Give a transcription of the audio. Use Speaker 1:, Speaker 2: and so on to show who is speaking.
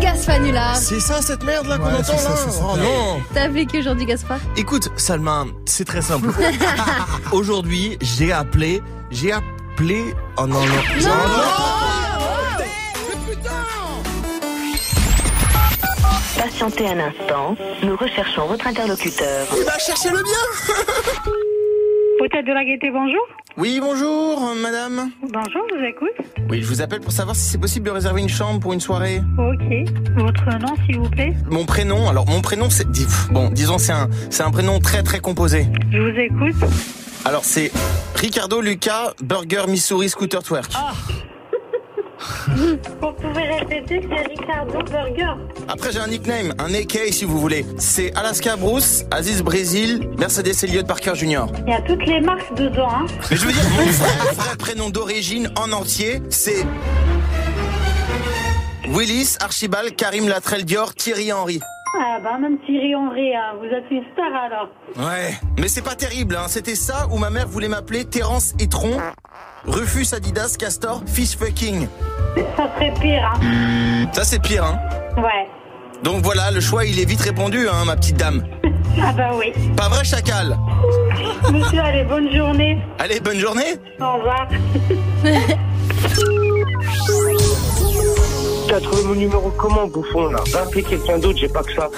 Speaker 1: Gaspanula.
Speaker 2: C'est ça cette merde là qu'on
Speaker 3: Ouais,
Speaker 2: entend
Speaker 3: c'est ça,
Speaker 2: là
Speaker 3: c'est ça.
Speaker 2: Oh non
Speaker 1: T'as appelé qui aujourd'hui, Gaspard
Speaker 2: Écoute, Salma, c'est très simple. Aujourd'hui, j'ai appelé, j'ai appelé. Oh non, non.
Speaker 1: Non
Speaker 4: Patientez un instant, nous recherchons votre interlocuteur.
Speaker 2: Il va chercher le bien
Speaker 5: Hôtel de la Gaîté, bonjour.
Speaker 2: Oui, bonjour, euh, madame.
Speaker 5: Bonjour, je vous écoute.
Speaker 2: Oui, je vous appelle pour savoir si c'est possible de réserver une chambre pour une soirée.
Speaker 5: Ok. Votre nom, s'il vous plaît
Speaker 2: Mon prénom, alors mon prénom c'est. dis- pff, Bon, disons c'est un, c'est un prénom très très composé.
Speaker 5: Je vous écoute.
Speaker 2: Alors c'est Ricardo Lucas Burger Missouri Scooter Twerk.
Speaker 5: Vous pouvez répéter que c'est Ricardo Burger.
Speaker 2: Après, j'ai un nickname, un AK si vous voulez. C'est Alaska Bruce, Aziz Brésil, Mercedes Elliott Parker Jr.
Speaker 5: Il y a toutes les marques dedans, hein.
Speaker 2: Mais je veux dire, mon vrai, vrai prénom d'origine en entier, c'est. Willis, Archibald, Karim Latrell Dior, Thierry Henry.
Speaker 5: Ah bah, même Thierry Henry, hein. vous êtes une star alors.
Speaker 2: Ouais. Mais c'est pas terrible, hein. C'était ça où ma mère voulait m'appeler Terence Etron, Rufus Adidas Castor, Fish Fucking.
Speaker 5: Ça serait pire, hein.
Speaker 2: Ça, c'est pire, hein.
Speaker 5: Ouais.
Speaker 2: Donc voilà, le choix, il est vite répondu, hein, ma petite dame.
Speaker 5: Ah bah oui.
Speaker 2: Pas vrai, chacal
Speaker 5: Monsieur, allez, bonne journée.
Speaker 2: Allez, bonne journée
Speaker 5: Au revoir.
Speaker 6: T'as trouvé mon numéro comment, bouffon, là Va appeler quelqu'un d'autre, j'ai pas que ça.